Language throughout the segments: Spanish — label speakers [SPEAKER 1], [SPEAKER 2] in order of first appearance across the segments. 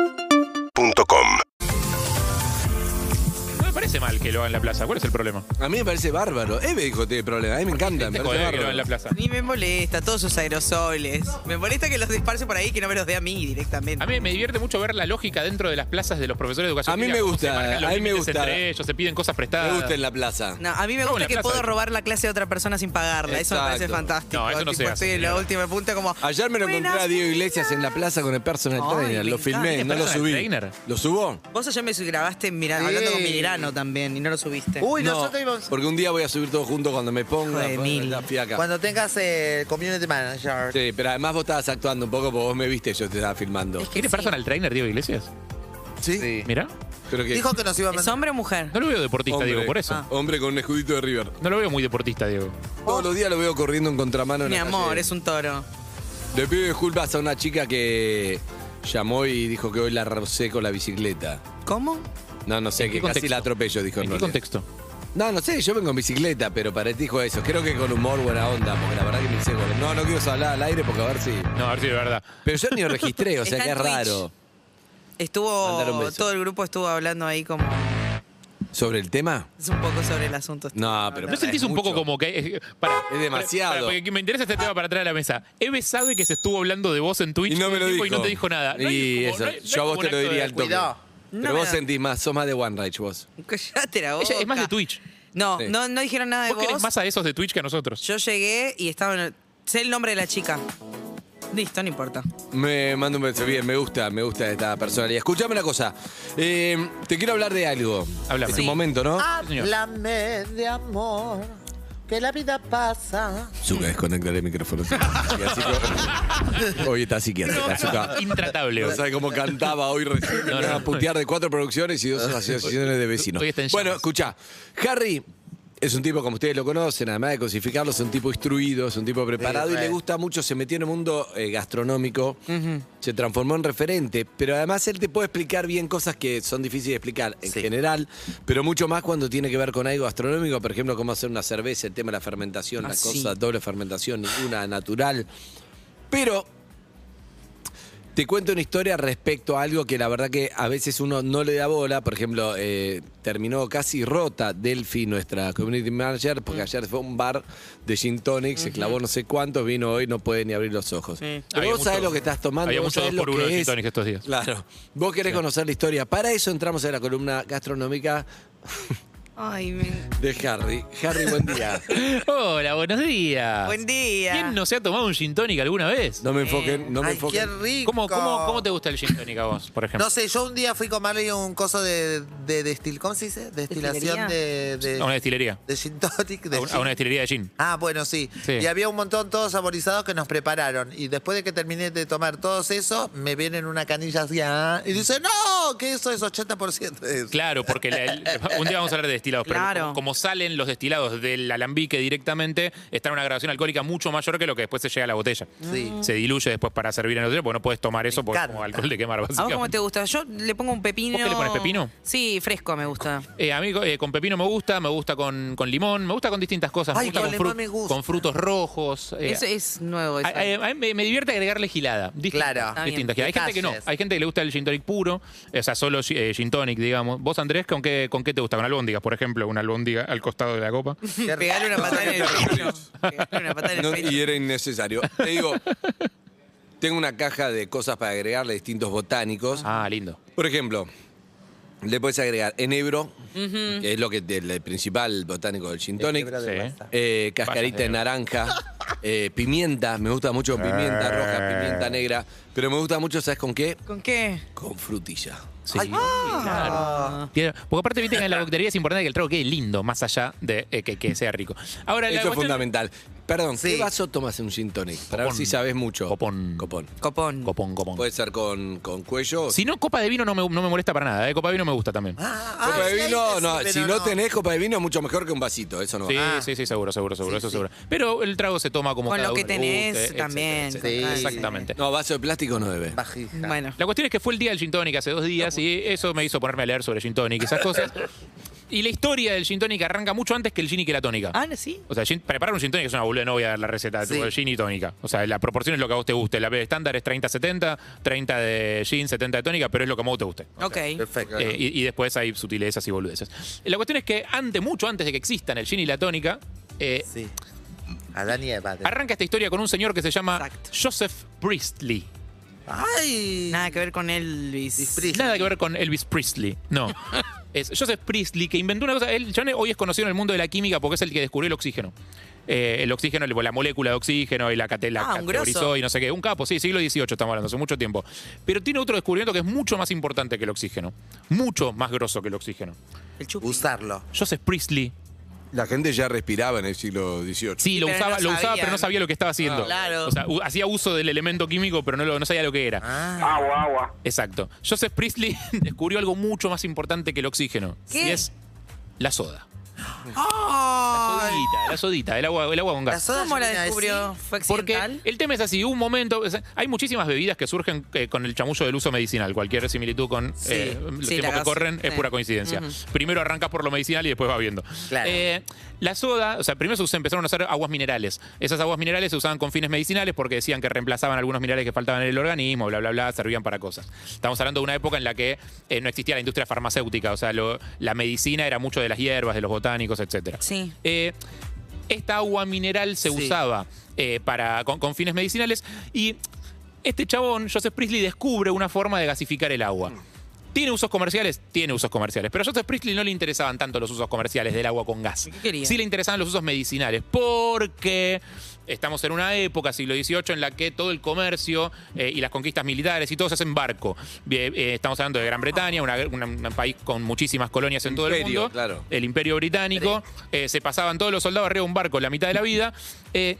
[SPEAKER 1] UrbanaPlayFM.com
[SPEAKER 2] No me parece mal que lo haga en la plaza. ¿Cuál es el problema?
[SPEAKER 3] A mí me parece bárbaro. Eve dijo que tiene problema. A mí me encanta. Me
[SPEAKER 2] Este
[SPEAKER 3] parece
[SPEAKER 2] joder que lo haga
[SPEAKER 3] bárbaro.
[SPEAKER 2] en la plaza.
[SPEAKER 4] A mí me molesta todos sus aerosoles. Me molesta que los disparse por ahí que no me los dé a mí directamente.
[SPEAKER 2] A mí me divierte mucho ver la lógica dentro de las plazas de los profesores de educación.
[SPEAKER 3] A mí me
[SPEAKER 2] física, cómo
[SPEAKER 3] gusta,
[SPEAKER 2] se marcan los
[SPEAKER 3] a mí me
[SPEAKER 2] límites
[SPEAKER 3] gusta.
[SPEAKER 2] Entre ellos se piden cosas prestadas.
[SPEAKER 3] Me gusta en la plaza.
[SPEAKER 4] No, a mí me
[SPEAKER 2] No,
[SPEAKER 4] gusta
[SPEAKER 2] la
[SPEAKER 4] que
[SPEAKER 2] plaza
[SPEAKER 4] puedo
[SPEAKER 2] de-
[SPEAKER 4] robar la clase de otra persona sin pagarla. Eso me parece
[SPEAKER 3] Exacto.
[SPEAKER 4] fantástico.
[SPEAKER 2] No, eso no se
[SPEAKER 4] Tipo,
[SPEAKER 2] hace,
[SPEAKER 4] estoy en la
[SPEAKER 2] señora.
[SPEAKER 4] última punta como...
[SPEAKER 3] Ayer me lo encontré
[SPEAKER 4] "Buenas,
[SPEAKER 3] a Diego Iglesias en la plaza con el personal
[SPEAKER 4] Ay,
[SPEAKER 3] trainer.
[SPEAKER 4] me
[SPEAKER 3] Lo
[SPEAKER 4] encanta.
[SPEAKER 3] filmé,
[SPEAKER 4] ¿Tiene
[SPEAKER 3] no lo
[SPEAKER 2] personal
[SPEAKER 3] subí.
[SPEAKER 2] trainer?
[SPEAKER 3] ¿Lo subo?
[SPEAKER 4] Vos ayer me grabaste mira,
[SPEAKER 3] Sí.
[SPEAKER 4] hablando con Milirano también y no lo subiste.
[SPEAKER 5] Uy,
[SPEAKER 3] No,
[SPEAKER 5] nosotros íbamos.
[SPEAKER 3] Porque un día voy a subir todo junto cuando me ponga.
[SPEAKER 4] Hijo de
[SPEAKER 3] cuando
[SPEAKER 4] mil.
[SPEAKER 3] la fiaca.
[SPEAKER 5] Cuando tengas eh, community manager.
[SPEAKER 3] Sí, pero además vos estabas actuando un poco porque vos me viste, yo te estaba filmando.
[SPEAKER 2] ¿Tiene personal trainer, Diego Iglesias?
[SPEAKER 5] ¿Sí?
[SPEAKER 2] Mira.
[SPEAKER 3] Creo que
[SPEAKER 5] Dijo que nos iba a
[SPEAKER 4] ¿Es
[SPEAKER 5] mandar.
[SPEAKER 4] hombre o mujer?
[SPEAKER 2] No lo veo deportista,
[SPEAKER 3] Hombre.
[SPEAKER 2] Diego, por eso.
[SPEAKER 4] Ah.
[SPEAKER 3] hombre con un escudito de River.
[SPEAKER 2] No lo veo muy deportista, Diego.
[SPEAKER 3] Todos los días lo veo corriendo en contramano. en
[SPEAKER 4] Mi
[SPEAKER 3] la
[SPEAKER 4] amor,
[SPEAKER 3] calle.
[SPEAKER 4] es un toro.
[SPEAKER 3] Le pido disculpas a una chica que llamó y dijo que hoy la rocé con la bicicleta.
[SPEAKER 4] ¿Cómo?
[SPEAKER 3] No, no sé,
[SPEAKER 2] ¿En
[SPEAKER 3] que
[SPEAKER 2] qué
[SPEAKER 3] casi
[SPEAKER 2] contexto?
[SPEAKER 3] la atropello, dijo
[SPEAKER 2] ¿En qué
[SPEAKER 3] Noelia.
[SPEAKER 2] contexto?
[SPEAKER 3] No, no sé, yo vengo en bicicleta, pero para ti dijo eso. Creo que con humor, buena onda, porque la verdad que me hice goles. No, no quiero hablar al aire porque a ver si.
[SPEAKER 2] No, a ver si de verdad.
[SPEAKER 3] Pero yo ni lo registré, o sea
[SPEAKER 4] Está
[SPEAKER 3] que
[SPEAKER 4] en
[SPEAKER 3] es raro. Mandar un
[SPEAKER 4] Estuvo...
[SPEAKER 3] beso.
[SPEAKER 4] Todo el grupo estuvo hablando ahí como...
[SPEAKER 3] ¿Sobre el tema?
[SPEAKER 4] Es un poco sobre el asunto.
[SPEAKER 3] No, pero.
[SPEAKER 2] ¿No
[SPEAKER 3] pará,
[SPEAKER 2] sentís
[SPEAKER 3] es
[SPEAKER 2] un poco
[SPEAKER 3] mucho.
[SPEAKER 2] como que. Para,
[SPEAKER 3] Es demasiado.
[SPEAKER 2] porque me interesa este tema para traer a la mesa. Eve sabe que se estuvo hablando de vos en Twitch
[SPEAKER 3] Y no me
[SPEAKER 2] todo
[SPEAKER 3] lo
[SPEAKER 2] el tiempo
[SPEAKER 3] dijo.
[SPEAKER 2] y no te dijo nada. No hay
[SPEAKER 3] y
[SPEAKER 2] como-
[SPEAKER 3] eso,
[SPEAKER 2] no hay- no hay
[SPEAKER 3] yo a
[SPEAKER 2] como un
[SPEAKER 3] vos te
[SPEAKER 2] acto
[SPEAKER 3] lo
[SPEAKER 2] de-
[SPEAKER 3] diría al toque.
[SPEAKER 5] cuidado.
[SPEAKER 3] Pero
[SPEAKER 4] No me
[SPEAKER 3] vos
[SPEAKER 4] da-
[SPEAKER 3] sentís más, sos más de One Rage vos.
[SPEAKER 4] Cállate la
[SPEAKER 2] Ella es más de
[SPEAKER 4] boca.
[SPEAKER 2] Twitch.
[SPEAKER 4] No,
[SPEAKER 3] Sí.
[SPEAKER 4] no, no dijeron nada de
[SPEAKER 2] Vos
[SPEAKER 4] vos.
[SPEAKER 2] querés más a esos de Twitch que a nosotros.
[SPEAKER 4] Yo llegué y estaba en el... Sé el nombre de la chica. Listo, no importa.
[SPEAKER 3] Me mando un beso, bien, me gusta, me gusta esta personalidad. Escuchame una cosa, eh, te quiero hablar de algo.
[SPEAKER 2] Háblame.
[SPEAKER 3] Es
[SPEAKER 2] Sí.
[SPEAKER 3] un momento, ¿no?
[SPEAKER 4] Ah.
[SPEAKER 2] señor.
[SPEAKER 5] Háblame de amor. Que la vida pasa.
[SPEAKER 3] Zuka, desconectaré el micrófono. Psiquiátrico. hoy está psiquiátrica, Zuka.
[SPEAKER 2] Intratable.
[SPEAKER 3] No sabe cómo cantaba hoy recién.
[SPEAKER 2] No, no,
[SPEAKER 3] Me van a
[SPEAKER 2] no.
[SPEAKER 3] putear de cuatro producciones y dos asociaciones de vecinos.
[SPEAKER 2] Hoy está en
[SPEAKER 3] Bueno,
[SPEAKER 2] llamas.
[SPEAKER 3] escuchá. Harry es un tipo, como ustedes lo conocen, además de cosificarlo, es un tipo instruido, es un tipo preparado
[SPEAKER 5] Sí,
[SPEAKER 3] y
[SPEAKER 5] re.
[SPEAKER 3] le gusta mucho. Se metió en el mundo eh, gastronómico, se transformó en referente, pero además él te puede explicar bien cosas que son difíciles de explicar en
[SPEAKER 5] Sí.
[SPEAKER 3] general, pero mucho más cuando tiene que ver con algo gastronómico, por ejemplo, cómo hacer una cerveza, el tema de la fermentación,
[SPEAKER 4] Ah,
[SPEAKER 3] la
[SPEAKER 4] sí.
[SPEAKER 3] cosa doble fermentación, ninguna natural. Pero te cuento una historia respecto a algo que la verdad que a veces uno no le da bola. Por ejemplo, eh, terminó casi rota Delphi, nuestra community manager, porque ayer fue a un bar de gin tonic, se clavó no sé cuántos, vino hoy, no puede ni abrir los ojos.
[SPEAKER 4] Sí.
[SPEAKER 3] Pero
[SPEAKER 2] Había
[SPEAKER 3] vos sabés
[SPEAKER 2] mucho-
[SPEAKER 3] lo que estás tomando,
[SPEAKER 2] había
[SPEAKER 3] vos
[SPEAKER 2] mucho
[SPEAKER 3] sabés
[SPEAKER 2] dos por
[SPEAKER 3] lo
[SPEAKER 2] uno de
[SPEAKER 3] que
[SPEAKER 2] gin
[SPEAKER 3] es.
[SPEAKER 2] tonic estos días.
[SPEAKER 3] Claro. Vos querés conocer la historia. Para eso entramos a la columna gastronómica
[SPEAKER 4] Ay, me-
[SPEAKER 3] de Harry. Harry, buen día.
[SPEAKER 2] Hola, buenos días.
[SPEAKER 4] buen día.
[SPEAKER 2] ¿Quién no se ha tomado un gin tonic alguna vez?
[SPEAKER 3] No me enfoquen, no me
[SPEAKER 5] Ay, qué
[SPEAKER 3] enfoquen.
[SPEAKER 5] rico.
[SPEAKER 2] ¿Cómo, cómo, cómo te gusta el gin tonic a vos, por ejemplo?
[SPEAKER 5] No sé, yo un día fui a comerle un coso de, de, destil. ¿Cómo se dice?
[SPEAKER 4] ¿Destilería?
[SPEAKER 5] Destilación de. de
[SPEAKER 2] A una destilería.
[SPEAKER 5] de gin tonic, de
[SPEAKER 2] A una,
[SPEAKER 5] gin.
[SPEAKER 2] a una destilería de gin.
[SPEAKER 5] Ah, bueno, sí.
[SPEAKER 2] Sí.
[SPEAKER 5] Y había un montón todos saborizados que nos prepararon. Y después de que terminé de tomar todos eso, me vienen una canilla así. ah, Y dice, no, que eso es 80% de eso.
[SPEAKER 2] Claro, porque la- el- un día vamos a hablar de destilados, pero
[SPEAKER 4] Claro.
[SPEAKER 2] como, como salen los destilados del alambique directamente, está en una graduación alcohólica mucho mayor que lo que después se llega a la botella.
[SPEAKER 5] Sí.
[SPEAKER 2] Se diluye después para servir en el botella, porque no puedes tomar eso porque es como
[SPEAKER 5] encanta.
[SPEAKER 2] alcohol de quemar,
[SPEAKER 4] ¿A vos cómo
[SPEAKER 2] básicamente.
[SPEAKER 4] te gusta? Yo le pongo un pepino.
[SPEAKER 2] ¿Vos qué le pones, pepino?
[SPEAKER 4] Sí, fresco me gusta.
[SPEAKER 2] Eh, a mí eh, con pepino me gusta, me gusta con, con limón, me gusta con distintas cosas.
[SPEAKER 5] Ay,
[SPEAKER 2] me gusta
[SPEAKER 5] con
[SPEAKER 2] con,
[SPEAKER 5] limón
[SPEAKER 2] fru-
[SPEAKER 5] me gusta.
[SPEAKER 2] con frutos rojos. eh,
[SPEAKER 4] Eso es nuevo.
[SPEAKER 2] A,
[SPEAKER 4] eso.
[SPEAKER 2] a- a mí me, me divierte agregarle gilada. Distintas,
[SPEAKER 5] Claro.
[SPEAKER 4] Está bien.
[SPEAKER 2] distintas giladas. Hay gente que no.
[SPEAKER 5] Detalles.
[SPEAKER 2] Hay gente que le gusta el gin tonic puro, o sea, solo gi- eh, gin tonic, digamos. ¿Vos, Andrés, con qué, con qué te gusta? ¿Con albóndigas, por ejemplo? ¿Una albóndiga al costado de la copa?
[SPEAKER 5] Qué
[SPEAKER 4] Pegarle una patada en el pecho. Pegarle una patada en el
[SPEAKER 3] No,
[SPEAKER 4] pecho.
[SPEAKER 3] y era innecesario. Te digo, tengo una caja de cosas para agregarle distintos botánicos.
[SPEAKER 2] Ah, lindo.
[SPEAKER 3] Por ejemplo, le puedes agregar enebro, que es lo que te- el principal botánico del gin tonic,
[SPEAKER 5] Enebro de
[SPEAKER 2] Sí.
[SPEAKER 5] masa.
[SPEAKER 2] Vallas
[SPEAKER 3] eh,
[SPEAKER 2] de
[SPEAKER 3] cascarita de
[SPEAKER 2] enebro.
[SPEAKER 3] naranja, eh, pimienta, me gusta mucho
[SPEAKER 5] Eh.
[SPEAKER 3] pimienta roja, pimienta negra, pero me gusta mucho, ¿sabes con qué?
[SPEAKER 4] ¿Con qué?
[SPEAKER 3] Con frutilla.
[SPEAKER 2] Sí.
[SPEAKER 5] ah.
[SPEAKER 2] claro. Tiene- Porque aparte, viste que en la bacteria es importante que el trago quede lindo, más allá de eh, que, que sea rico. Ahora, la
[SPEAKER 3] Eso es
[SPEAKER 2] cuestión-
[SPEAKER 3] fundamental. Perdón, ¿qué
[SPEAKER 5] Sí.
[SPEAKER 3] vaso tomas en un gin tonic? Para ver
[SPEAKER 2] Copón.
[SPEAKER 3] si sabes mucho.
[SPEAKER 2] Copón.
[SPEAKER 3] Copón.
[SPEAKER 4] Copón.
[SPEAKER 2] Copón, copón.
[SPEAKER 3] Puede ser con, con cuello.
[SPEAKER 2] si no, copa de vino no me, no me molesta para nada. eh. Copa de vino me gusta también.
[SPEAKER 5] Ah, ah,
[SPEAKER 3] Copa
[SPEAKER 5] sí,
[SPEAKER 3] de
[SPEAKER 5] ahí
[SPEAKER 3] vino,
[SPEAKER 5] te
[SPEAKER 3] no,
[SPEAKER 5] sirve,
[SPEAKER 3] si no, tenés copa de vino es mucho mejor que un vasito, eso no.
[SPEAKER 2] Sí,
[SPEAKER 5] Ah.
[SPEAKER 2] sí, sí, seguro, seguro, seguro,
[SPEAKER 5] Sí,
[SPEAKER 2] eso
[SPEAKER 5] sí.
[SPEAKER 2] seguro. Pero el trago se toma como
[SPEAKER 4] Con
[SPEAKER 2] cada
[SPEAKER 4] lo que
[SPEAKER 2] uno le
[SPEAKER 4] tenés
[SPEAKER 2] guste, etcétera,
[SPEAKER 4] también.
[SPEAKER 2] Uh, etcétera.
[SPEAKER 5] Sí.
[SPEAKER 2] Exactamente.
[SPEAKER 3] No, vaso de plástico no debe.
[SPEAKER 5] Bajija.
[SPEAKER 4] Bueno.
[SPEAKER 2] La cuestión es que fue el día del gin tonic hace dos días y eso me hizo ponerme a leer sobre gin tonic y esas cosas. y la historia del gin tonic arranca mucho antes que el gin y que la tónica.
[SPEAKER 4] Ah, ¿no? sí.
[SPEAKER 2] O sea, gin- preparar un gin tonic es una boluda, no voy a dar la receta,
[SPEAKER 5] Sí.
[SPEAKER 2] tipo de gin y tónica. O sea, la proporción es lo que a vos te guste. La estándar es 30-70, 30 de gin, 70 de tónica, pero es lo que a vos te guste.
[SPEAKER 4] Ok.
[SPEAKER 5] Perfecto.
[SPEAKER 2] Eh, y, y después hay sutilezas y boludeces. La cuestión es que antes, mucho antes de que existan el gin y la tónica, eh,
[SPEAKER 5] sí. Adán y Eva.
[SPEAKER 2] arranca esta historia con un señor que se llama
[SPEAKER 4] Exacto.
[SPEAKER 2] Joseph Priestley.
[SPEAKER 5] ¡Ay!
[SPEAKER 4] Nada que ver con Elvis.
[SPEAKER 5] Priestley.
[SPEAKER 2] Nada que ver con Elvis Priestley, no. Es Joseph Priestley que inventó una cosa. Él, chabón, hoy es conocido en el mundo de la química porque es el que descubrió el oxígeno. Eh, el oxígeno, el- la molécula de oxígeno y la, cate- la
[SPEAKER 4] Ah, un grosso.
[SPEAKER 2] categorizó y no sé qué. Un capo, sí, siglo XVIII estamos hablando, hace mucho tiempo. Pero tiene otro descubrimiento que es mucho más importante que el oxígeno. Mucho más grosso que el oxígeno.
[SPEAKER 4] El chupi.
[SPEAKER 5] Usarlo.
[SPEAKER 2] Joseph Priestley
[SPEAKER 3] La gente ya respiraba en el siglo XVIII.
[SPEAKER 2] Sí, lo
[SPEAKER 4] pero
[SPEAKER 2] usaba,
[SPEAKER 4] no
[SPEAKER 2] lo usaba,
[SPEAKER 4] sabían.
[SPEAKER 2] pero no sabía lo que estaba haciendo.
[SPEAKER 4] Ah, claro.
[SPEAKER 2] O sea, u- hacía uso del elemento químico, pero no, lo, no sabía lo que era.
[SPEAKER 5] Ah,
[SPEAKER 1] Agua, agua.
[SPEAKER 2] Exacto. Joseph Priestley descubrió algo mucho más importante que el oxígeno.
[SPEAKER 4] ¿Qué?
[SPEAKER 2] Y es la soda.
[SPEAKER 4] ¡Ay!
[SPEAKER 2] Sodita, la sodita, el agua, el agua con
[SPEAKER 5] la
[SPEAKER 2] gas.
[SPEAKER 5] soda
[SPEAKER 4] ¿Cómo
[SPEAKER 5] yo
[SPEAKER 4] la
[SPEAKER 5] tenía que
[SPEAKER 4] descubrió?
[SPEAKER 5] decir,
[SPEAKER 4] ¿Fue
[SPEAKER 2] Porque
[SPEAKER 4] accidental?
[SPEAKER 2] el tema es así, un momento, o sea, hay muchísimas bebidas que surgen eh, con el chamullo del uso medicinal. Cualquier similitud con
[SPEAKER 4] Sí,
[SPEAKER 2] eh, los
[SPEAKER 4] sí, la
[SPEAKER 2] tiempos que
[SPEAKER 4] gas-
[SPEAKER 2] corren es
[SPEAKER 4] sí.
[SPEAKER 2] pura coincidencia. Primero arrancas por lo medicinal y después va viendo.
[SPEAKER 5] Claro.
[SPEAKER 2] Eh, la soda, o sea, primero se empezaron a usar aguas minerales. Esas aguas minerales se usaban con fines medicinales porque decían que reemplazaban algunos minerales que faltaban en el organismo, bla, bla, bla, servían para cosas. Estamos hablando de una época en la que eh, no existía la industria farmacéutica, o sea, lo- la medicina era mucho de las hierbas, de los botánicos, etcétera.
[SPEAKER 4] Sí.
[SPEAKER 2] Eh, esta agua mineral se
[SPEAKER 5] Sí.
[SPEAKER 2] usaba eh, para, con, con fines medicinales y este chabón, Joseph Priestley, descubre una forma de gasificar el agua. ¿Tiene usos comerciales? Tiene usos comerciales. Pero a Joseph Priestley no le interesaban tanto los usos comerciales del agua con gas.
[SPEAKER 4] ¿Qué quería?
[SPEAKER 2] Sí le interesaban los usos medicinales. Porque estamos en una época, siglo XVIII, en la que todo el comercio eh, y las conquistas militares y todo se hace en barco. Eh, eh, estamos hablando de Gran Bretaña, una- una- un país con muchísimas colonias en todo el
[SPEAKER 3] Imperio,
[SPEAKER 2] mundo.
[SPEAKER 3] claro.
[SPEAKER 2] El imperio británico. eh, se pasaban todos los soldados arriba de un barco la mitad de la vida. eh,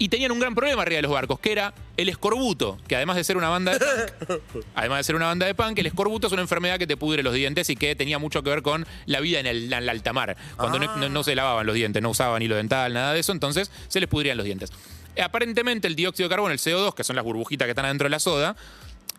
[SPEAKER 2] y tenían un gran problema arriba de los barcos, que era el escorbuto, que además de ser una banda de punk, además de ser una banda de punk, el escorbuto es una enfermedad que te pudre los dientes y que tenía mucho que ver con la vida en, el, en la alta mar. Cuando no,
[SPEAKER 4] Ah.
[SPEAKER 2] no- no se lavaban los dientes, no usaban hilo dental, nada de eso, entonces se les pudrían los dientes. Eh, Aparentemente el dióxido de carbono, el CO2, que son las burbujitas que están adentro de la soda,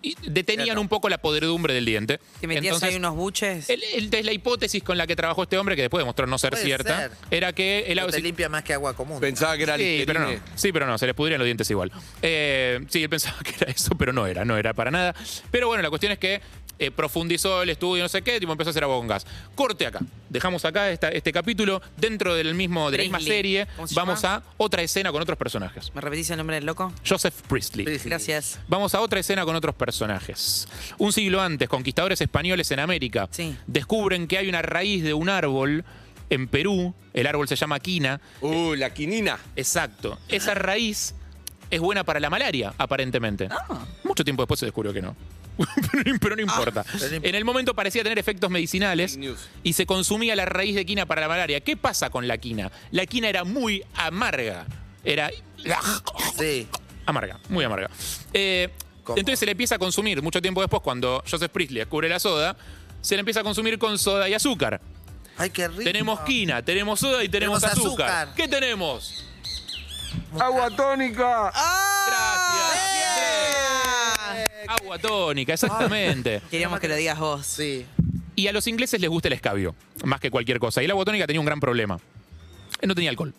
[SPEAKER 2] y detenían un poco la podredumbre del diente.
[SPEAKER 4] ¿Te metías
[SPEAKER 2] Entonces,
[SPEAKER 4] ahí unos buches?
[SPEAKER 2] el- el- es la hipótesis con la que trabajó este hombre, que después demostró no ser
[SPEAKER 5] Puede
[SPEAKER 2] cierta,
[SPEAKER 5] ser.
[SPEAKER 2] era que el,
[SPEAKER 5] no te
[SPEAKER 2] se-
[SPEAKER 5] limpia más que agua común.
[SPEAKER 3] Pensaba que era
[SPEAKER 2] Sí, pero no.
[SPEAKER 3] Listerine.
[SPEAKER 2] Sí, pero no, se les pudrían los dientes igual. Eh, sí, él pensaba que era eso, pero no era, no era para nada. Pero bueno, la cuestión es que eh, profundizó el estudio, no sé qué, tipo empezó a hacer agua con gas. Corte acá. Dejamos acá esta- este capítulo. Dentro del mismo, de la misma
[SPEAKER 4] Priestley.
[SPEAKER 2] serie,
[SPEAKER 4] ¿Cómo se
[SPEAKER 2] vamos
[SPEAKER 4] llama?
[SPEAKER 2] a otra escena con otros personajes.
[SPEAKER 4] ¿Me repetís el nombre del loco?
[SPEAKER 2] Joseph Priestley.
[SPEAKER 4] Gracias.
[SPEAKER 2] Vamos a otra escena con otros personajes. Un siglo antes, conquistadores españoles en América
[SPEAKER 4] Sí.
[SPEAKER 2] descubren que hay una raíz de un árbol en Perú. El árbol se llama quina.
[SPEAKER 3] Uh, la quinina.
[SPEAKER 2] Exacto. Esa raíz es buena para la malaria, aparentemente.
[SPEAKER 5] Ah.
[SPEAKER 2] Mucho tiempo después se descubrió que no. pero, pero no importa.
[SPEAKER 5] pero no imp-
[SPEAKER 2] en el momento parecía tener efectos medicinales
[SPEAKER 3] Big news.
[SPEAKER 2] y se consumía la raíz de quina para la malaria. ¿Qué pasa con la quina? La quina era muy amarga. Era
[SPEAKER 5] Sí.
[SPEAKER 2] amarga, muy amarga. Eh,
[SPEAKER 5] ¿Cómo?
[SPEAKER 2] entonces se le empieza a consumir, mucho tiempo después, cuando Joseph Priestley descubre la soda, se le empieza a consumir con soda y azúcar.
[SPEAKER 5] Ay, qué rico.
[SPEAKER 2] Tenemos quina, tenemos soda y tenemos,
[SPEAKER 5] Tenemos
[SPEAKER 2] azúcar.
[SPEAKER 5] azúcar.
[SPEAKER 2] ¿Qué tenemos?
[SPEAKER 1] Agua tónica.
[SPEAKER 5] ¡Ah!
[SPEAKER 2] Gracias.
[SPEAKER 4] Ah,
[SPEAKER 2] Agua tónica, exactamente.
[SPEAKER 4] Queríamos que lo digas vos.
[SPEAKER 5] Sí.
[SPEAKER 2] Y a los ingleses les gusta el escabio, más que cualquier cosa. Y el agua tónica tenía un gran problema. Eh, No tenía alcohol.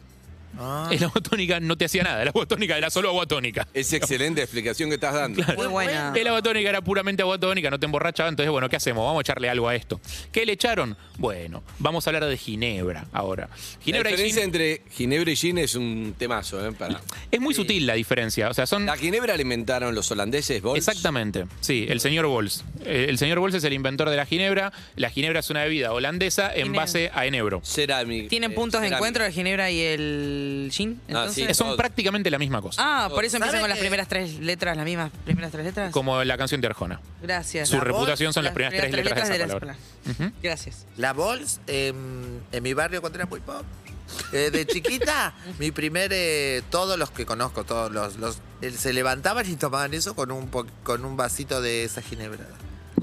[SPEAKER 5] Ah,
[SPEAKER 2] El agua tónica no te hacía nada. El agua tónica era solo agua tónica.
[SPEAKER 3] Es excelente explicación que estás dando.
[SPEAKER 4] Muy buena.
[SPEAKER 2] El agua tónica era puramente agua tónica, no te emborrachaba. Entonces, bueno, ¿qué hacemos? Vamos a echarle algo a esto. ¿Qué le echaron? Bueno, vamos a hablar de Ginebra ahora. Ginebra
[SPEAKER 3] la
[SPEAKER 2] y
[SPEAKER 3] diferencia
[SPEAKER 2] gin-
[SPEAKER 3] entre Ginebra y Gin es un temazo, ¿eh? Para.
[SPEAKER 2] es muy sutil la diferencia. O sea, son.
[SPEAKER 3] La Ginebra la inventaron los holandeses, ¿vos?
[SPEAKER 2] Exactamente, sí, el señor Bols. Eh, El señor Bols es el inventor de la ginebra. La ginebra es una bebida holandesa en
[SPEAKER 4] Ginebra.
[SPEAKER 2] base a enebro.
[SPEAKER 3] Cerami-
[SPEAKER 4] ¿Tienen
[SPEAKER 3] eh,
[SPEAKER 4] puntos de
[SPEAKER 3] cerámica.
[SPEAKER 4] encuentro el Ginebra y el Gin?
[SPEAKER 3] Ah, sí.
[SPEAKER 4] Entonces.
[SPEAKER 2] Son
[SPEAKER 3] Todos.
[SPEAKER 2] prácticamente la misma cosa.
[SPEAKER 4] Ah, por eso empiezan
[SPEAKER 5] ¿Sabe
[SPEAKER 4] con las
[SPEAKER 5] que-
[SPEAKER 4] primeras tres letras, las mismas primeras tres letras.
[SPEAKER 2] Como la canción de Arjona.
[SPEAKER 4] Gracias.
[SPEAKER 2] Su
[SPEAKER 4] Ah. La
[SPEAKER 2] reputación son las
[SPEAKER 4] voz,
[SPEAKER 2] primeras tres letras de esa palabra.
[SPEAKER 4] palabra. Gracias.
[SPEAKER 5] La Bols, em, en mi barrio cuando era muy pop. eh, de chiquita, mi primer, eh, todos los que conozco, todos los, los eh, se levantaban y tomaban eso con un po- con un vasito de esa ginebra.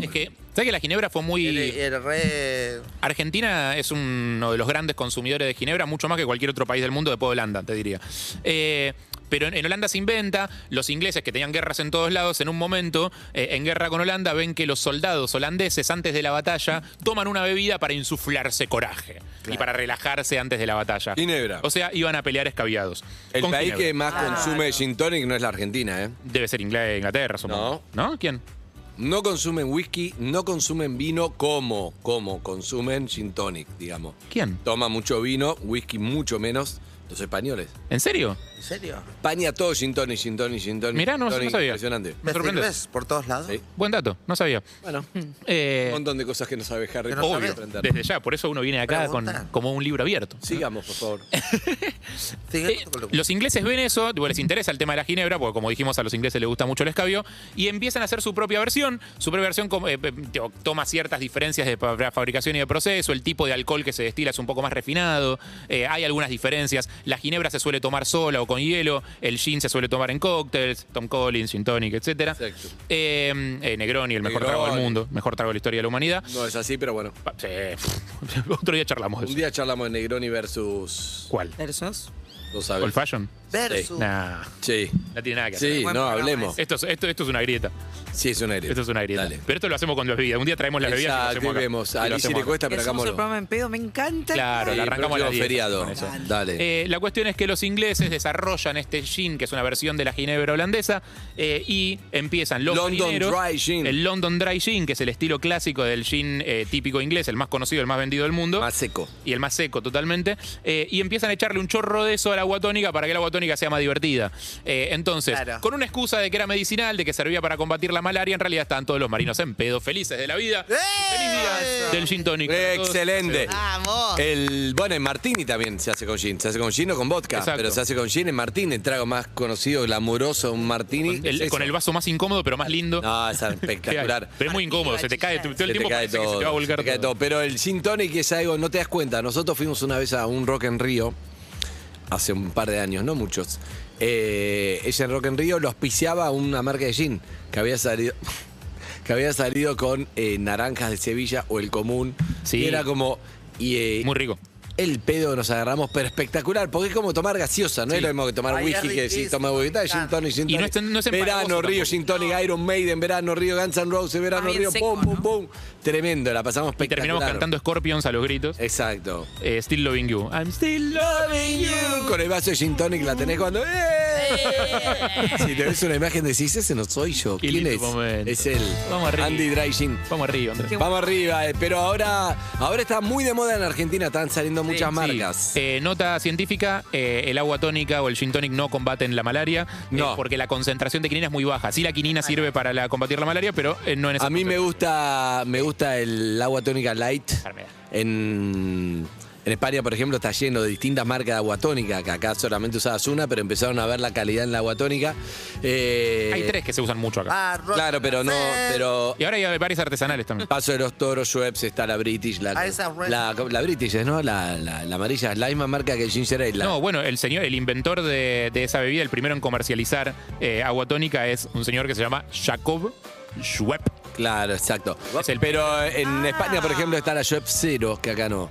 [SPEAKER 2] Es que, ¿sabes que la ginebra fue muy...
[SPEAKER 5] Era, era re-
[SPEAKER 2] Argentina es uno de los grandes consumidores de Ginebra, mucho más que cualquier otro país del mundo, después de Holanda, te diría. Eh, Pero en, en Holanda se inventa, los ingleses que tenían guerras en todos lados, en un momento, eh, en guerra con Holanda, ven que los soldados holandeses antes de la batalla toman una bebida para insuflarse coraje y para relajarse antes de la batalla.
[SPEAKER 3] Ginebra.
[SPEAKER 2] O sea, iban a pelear escabiados.
[SPEAKER 3] El
[SPEAKER 2] Con
[SPEAKER 3] país
[SPEAKER 2] Ginebra.
[SPEAKER 3] que
[SPEAKER 5] Ah,
[SPEAKER 3] más consume gin tonic no es la Argentina, ¿eh?
[SPEAKER 2] Debe ser Ingl- Inglaterra, supongo. No. ¿Quién?
[SPEAKER 3] No consumen whisky, no consumen vino, como, como, consumen gin tonic, digamos.
[SPEAKER 2] ¿Quién?
[SPEAKER 3] Toma mucho vino, whisky mucho menos, los españoles.
[SPEAKER 2] ¿En serio?
[SPEAKER 5] ¿En serio?
[SPEAKER 3] España todo gin tonic, gin tonic, gin tonic.
[SPEAKER 2] Mirá, no, yo
[SPEAKER 3] gin
[SPEAKER 2] no
[SPEAKER 3] tonic,
[SPEAKER 2] sabía.
[SPEAKER 3] Impresionante.
[SPEAKER 2] Me
[SPEAKER 5] ¿Me
[SPEAKER 2] sorprende.
[SPEAKER 5] sirves por todos lados?
[SPEAKER 3] Sí.
[SPEAKER 2] Buen dato, no sabía.
[SPEAKER 3] Bueno,
[SPEAKER 2] Eh,
[SPEAKER 3] un montón de cosas que no sabe Harry.
[SPEAKER 5] Que no
[SPEAKER 3] Potter
[SPEAKER 5] sabe.
[SPEAKER 3] aprender.
[SPEAKER 2] desde ya, por eso uno viene acá con,
[SPEAKER 5] Pregunta.
[SPEAKER 2] como un libro abierto.
[SPEAKER 3] Sigamos, por favor.
[SPEAKER 5] Sigue
[SPEAKER 2] Eh,
[SPEAKER 5] con lo que-
[SPEAKER 2] los ingleses ven eso, tipo, les interesa el tema de la ginebra, porque como dijimos a los ingleses les gusta mucho el escabio, y empiezan a hacer su propia versión. Su propia versión como, eh, eh, tipo, toma ciertas diferencias de fa- fabricación y de proceso, el tipo de alcohol que se destila es un poco más refinado, eh, hay algunas diferencias. La ginebra se suele tomar sola o con hielo, el gin se suele tomar en cócteles, Tom Collins, gin tonic, etc.
[SPEAKER 3] Exacto.
[SPEAKER 2] Negroni, el mejor trago del
[SPEAKER 3] Negroni.
[SPEAKER 2] mundo, mejor trago de la historia de la humanidad.
[SPEAKER 3] No es así, pero bueno.
[SPEAKER 2] Pa- sí, Otro día charlamos de
[SPEAKER 3] Un
[SPEAKER 2] eso.
[SPEAKER 3] día charlamos de Negroni versus.
[SPEAKER 2] ¿Cuál?
[SPEAKER 4] Versos.
[SPEAKER 3] Lo sabes.
[SPEAKER 2] ¿Old Fashion?
[SPEAKER 5] Versus.
[SPEAKER 2] Nah,
[SPEAKER 3] Sí.
[SPEAKER 2] no tiene nada que hacer.
[SPEAKER 3] Sí,
[SPEAKER 4] Buen
[SPEAKER 3] no,
[SPEAKER 4] programa
[SPEAKER 3] hablemos.
[SPEAKER 2] Esto, es- esto, esto es una grieta.
[SPEAKER 3] Sí, es una grieta.
[SPEAKER 2] Esto es una grieta.
[SPEAKER 3] Dale.
[SPEAKER 2] Pero esto lo hacemos con las bebidas. Un día traemos las bebidas y lo
[SPEAKER 3] Exacto,
[SPEAKER 2] hacemos acá.
[SPEAKER 3] vemos.
[SPEAKER 2] Y
[SPEAKER 3] A
[SPEAKER 2] lo
[SPEAKER 3] Alicia
[SPEAKER 2] hacemos
[SPEAKER 3] le
[SPEAKER 2] acá.
[SPEAKER 3] cuesta, pero
[SPEAKER 4] Que hacemos el
[SPEAKER 3] hagámoslo.
[SPEAKER 4] programa en pedo, me encanta.
[SPEAKER 2] Claro, la
[SPEAKER 3] Sí,
[SPEAKER 2] arrancamos a las
[SPEAKER 3] próximo
[SPEAKER 2] 10
[SPEAKER 3] feriado.
[SPEAKER 2] con eso.
[SPEAKER 3] Dale.
[SPEAKER 2] Eh, la cuestión es que los ingleses desarrollan este gin, que es una versión de la ginebra holandesa, eh, y empiezan los
[SPEAKER 3] London
[SPEAKER 2] grineros,
[SPEAKER 3] Dry Gin.
[SPEAKER 2] El London Dry Gin, que es el estilo clásico del gin eh, típico inglés, el más conocido, el más vendido del mundo.
[SPEAKER 3] Más seco.
[SPEAKER 2] y el más seco totalmente, eh, y empiezan a echarle un chorro de eso al agua tónica para que el agua tónica sea más divertida. Eh, entonces,
[SPEAKER 5] Claro.
[SPEAKER 2] con una excusa de que era medicinal, de que servía para combatir la malaria, en realidad estaban todos los marinos en pedo, felices de la vida.
[SPEAKER 5] ¡Eh!
[SPEAKER 2] Feliz día del gin tónico.
[SPEAKER 3] Excelente.
[SPEAKER 4] Vamos.
[SPEAKER 3] El, bueno, en Martini también se hace con gin. Se hace con gin o con vodka.
[SPEAKER 2] Exacto.
[SPEAKER 3] Pero se hace con gin en Martini. El trago más conocido, glamuroso, un Martini.
[SPEAKER 2] El-
[SPEAKER 3] es eso.
[SPEAKER 2] con el vaso más incómodo, pero más lindo.
[SPEAKER 3] No, es
[SPEAKER 2] que hay.
[SPEAKER 3] espectacular.
[SPEAKER 2] Pero es muy incómodo, se te cae todo el
[SPEAKER 3] Se
[SPEAKER 2] tiempo,
[SPEAKER 3] te cae
[SPEAKER 2] parece que
[SPEAKER 3] todo.
[SPEAKER 2] se te va a
[SPEAKER 3] se
[SPEAKER 2] volcar
[SPEAKER 3] te cae
[SPEAKER 2] todo.
[SPEAKER 3] todo. Pero el gin tonic es algo, no te das cuenta. Nosotros fuimos una vez a un Rock en Río, hace un par de años, no muchos. Eh, ella en Rock en Río lo auspiciaba una marca de gin que había salido... Que había salido con eh, naranjas de Sevilla o el común.
[SPEAKER 2] Sí.
[SPEAKER 3] Y era como. Y, eh,
[SPEAKER 2] Muy rico.
[SPEAKER 3] el pedo nos agarramos, pero espectacular, porque es como tomar gaseosa, no
[SPEAKER 2] Sí.
[SPEAKER 3] es lo mismo que tomar
[SPEAKER 5] Ay, es
[SPEAKER 3] whisky que si
[SPEAKER 5] riquísimo,
[SPEAKER 3] toma whisky, está, gin
[SPEAKER 5] claro.
[SPEAKER 3] tonic, gin
[SPEAKER 2] Y no
[SPEAKER 3] tonic.
[SPEAKER 2] es tan- no es empalagoso
[SPEAKER 3] verano, Río,
[SPEAKER 2] tampoco.
[SPEAKER 3] gin tonic, Iron Maiden, verano, Río, Guns N' Roses, verano,
[SPEAKER 4] Más bien
[SPEAKER 3] Río,
[SPEAKER 4] seco,
[SPEAKER 3] pum, pum,
[SPEAKER 4] ¿no?
[SPEAKER 3] pum. Tremendo, la pasamos
[SPEAKER 2] Y
[SPEAKER 3] espectacular.
[SPEAKER 2] terminamos cantando Scorpions a los gritos.
[SPEAKER 3] Exacto.
[SPEAKER 2] Eh, still loving you. I'm still loving you.
[SPEAKER 3] Con el vaso de gin tonic la tenés cuando... ¡eh! si te ves una imagen decís, ese no soy yo.
[SPEAKER 2] Qué
[SPEAKER 3] ¿Quién
[SPEAKER 2] lindo
[SPEAKER 3] es?
[SPEAKER 2] momento.
[SPEAKER 3] Es él.
[SPEAKER 2] Vamos arriba.
[SPEAKER 3] Andy Dry Gin.
[SPEAKER 2] Vamos arriba, Andrés.
[SPEAKER 3] Vamos arriba, eh, pero ahora, ahora está muy de moda en Argentina, están saliendo muchas
[SPEAKER 2] Sí.
[SPEAKER 3] marcas.
[SPEAKER 2] Eh, nota científica, eh, el agua tónica o el gin tonic no combaten la malaria eh,
[SPEAKER 3] No.
[SPEAKER 2] porque la concentración de quinina es muy baja. Sí la quinina sirve para la- combatir la malaria, pero eh, no en esa
[SPEAKER 3] A mí me gusta, me gusta el agua tónica light.
[SPEAKER 2] Enfermedad.
[SPEAKER 3] En, en España, por ejemplo, está lleno de distintas marcas de agua tónica, que acá solamente usabas una, pero empezaron a ver la calidad en la agua tónica. Eh,
[SPEAKER 2] Hay tres que se usan mucho acá.
[SPEAKER 5] Ah, Ro-
[SPEAKER 3] Claro, pero no, pero
[SPEAKER 2] Y ahora hay varias artesanales también.
[SPEAKER 3] Paso de los Toros, Schweppes, está la British, la,
[SPEAKER 5] Ah, esa es
[SPEAKER 3] la, la British, es, ¿no? La, la- la amarilla, es la misma marca que el Ginger Ale. la-
[SPEAKER 2] No, bueno, el señor, el inventor de, de esa bebida, el primero en comercializar eh, agua tónica es un señor que se llama Jacob Schwepp.
[SPEAKER 3] Claro, exacto.
[SPEAKER 2] Es el-
[SPEAKER 3] pero en
[SPEAKER 5] Ah.
[SPEAKER 3] España, por ejemplo, está la Schweppes Cero, que acá no.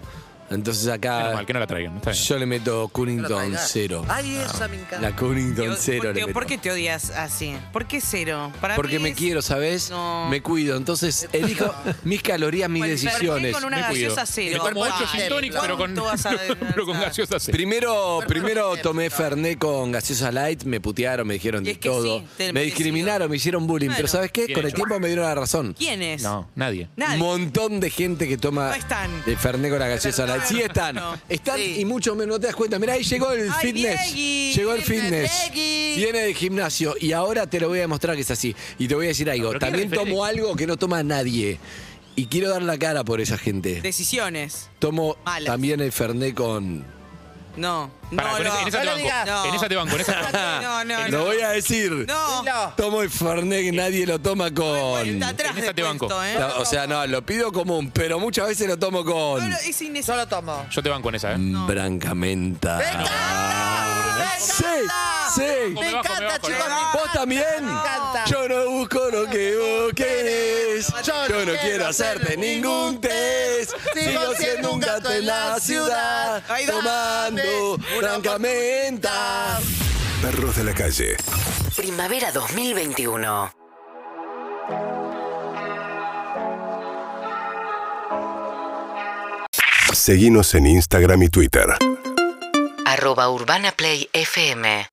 [SPEAKER 3] Entonces
[SPEAKER 2] Menos
[SPEAKER 3] acá
[SPEAKER 2] mal, que no la traigan. está bien.
[SPEAKER 3] Ah. yo le meto
[SPEAKER 5] Pero la
[SPEAKER 3] Cunnington
[SPEAKER 5] traigas.
[SPEAKER 3] Cero.
[SPEAKER 5] Ay, esa me encanta.
[SPEAKER 3] La Cunnington cero.
[SPEAKER 4] ¿Por,
[SPEAKER 3] le
[SPEAKER 4] qué-
[SPEAKER 3] meto.
[SPEAKER 4] por qué te odias así? ¿Por qué cero? Para
[SPEAKER 3] Porque
[SPEAKER 4] mí
[SPEAKER 3] me
[SPEAKER 4] es-
[SPEAKER 3] quiero, ¿sabes?
[SPEAKER 4] No.
[SPEAKER 3] Me cuido. Entonces elijo mis calorías, mis
[SPEAKER 4] Bueno, ¿para qué
[SPEAKER 3] decisiones.
[SPEAKER 4] con una
[SPEAKER 2] Me cuido.
[SPEAKER 4] gaseosa cero.
[SPEAKER 5] Me
[SPEAKER 2] Como
[SPEAKER 5] Ay,
[SPEAKER 2] ocho gin tonics, pero con,
[SPEAKER 4] ¿cuánto vas a-
[SPEAKER 2] pero con gaseosa cero.
[SPEAKER 3] Primero,
[SPEAKER 5] Perdón,
[SPEAKER 3] primero
[SPEAKER 5] eh,
[SPEAKER 3] tomé
[SPEAKER 5] perdón.
[SPEAKER 3] Fernet con gaseosa light, me putearon, me dijeron
[SPEAKER 4] Y
[SPEAKER 3] de
[SPEAKER 4] es que
[SPEAKER 3] todo.
[SPEAKER 4] sí, te
[SPEAKER 3] me
[SPEAKER 4] merecido.
[SPEAKER 3] discriminaron, me hicieron bullying.
[SPEAKER 4] Bueno.
[SPEAKER 3] Pero ¿sabes qué?
[SPEAKER 2] Bien
[SPEAKER 3] Con el
[SPEAKER 2] hecho.
[SPEAKER 3] tiempo me dieron la razón.
[SPEAKER 4] ¿Quién es?
[SPEAKER 2] No, nadie.
[SPEAKER 4] Nadie.
[SPEAKER 3] Un montón de gente que toma
[SPEAKER 4] No están.
[SPEAKER 3] el Fernet con la gaseosa
[SPEAKER 4] Perdón.
[SPEAKER 3] light. Sí están.
[SPEAKER 4] No.
[SPEAKER 3] Están
[SPEAKER 5] Sí.
[SPEAKER 3] y mucho menos, no te das cuenta. Mirá, ahí llegó el
[SPEAKER 4] Ay,
[SPEAKER 3] fitness.
[SPEAKER 4] Diegui,
[SPEAKER 3] llegó el
[SPEAKER 4] viene
[SPEAKER 3] fitness.
[SPEAKER 4] Diegui.
[SPEAKER 3] Viene del gimnasio y ahora te lo voy a demostrar que es así. Y te voy a decir algo.
[SPEAKER 2] pero qué
[SPEAKER 3] También
[SPEAKER 2] referente.
[SPEAKER 3] tomo algo que no toma nadie. Y quiero dar la cara por esa gente.
[SPEAKER 4] Decisiones.
[SPEAKER 3] Tomo
[SPEAKER 4] Malas.
[SPEAKER 3] también el Fernet con.
[SPEAKER 4] No.
[SPEAKER 2] Pará,
[SPEAKER 4] no,
[SPEAKER 2] con
[SPEAKER 4] no.
[SPEAKER 2] esa- en esa te
[SPEAKER 5] No
[SPEAKER 2] banco.
[SPEAKER 5] lo digas.
[SPEAKER 4] No.
[SPEAKER 2] En esa te banco, en esa te banco.
[SPEAKER 4] No,
[SPEAKER 3] Lo
[SPEAKER 4] no, no.
[SPEAKER 3] voy a decir.
[SPEAKER 4] No.
[SPEAKER 5] Dilo.
[SPEAKER 3] Tomo el Fernet que nadie lo toma con.
[SPEAKER 4] Está atrás
[SPEAKER 2] En esa
[SPEAKER 4] de
[SPEAKER 2] te banco.
[SPEAKER 4] puesto, ¿eh?
[SPEAKER 3] O sea, no, lo pido común, pero muchas veces lo tomo con.
[SPEAKER 4] Solo es innecesario.
[SPEAKER 5] Solo tomo.
[SPEAKER 2] Yo te banco en esa, ¿eh?
[SPEAKER 3] Brancamenta. Sí, sí.
[SPEAKER 2] Me bajo, me bajo, me bajo.
[SPEAKER 3] ¿Vos también?
[SPEAKER 5] encanta.
[SPEAKER 3] Yo no busco lo que vos querés. Yo no quiero hacerte ningún test. Sigo siendo un gato en la ciudad.
[SPEAKER 4] Ahí va.
[SPEAKER 3] Tomando brancamenta.
[SPEAKER 1] Perros de la calle.
[SPEAKER 6] Primavera 2021.
[SPEAKER 1] Seguimos en Instagram y Twitter.
[SPEAKER 6] Arroba Urbana Play FM.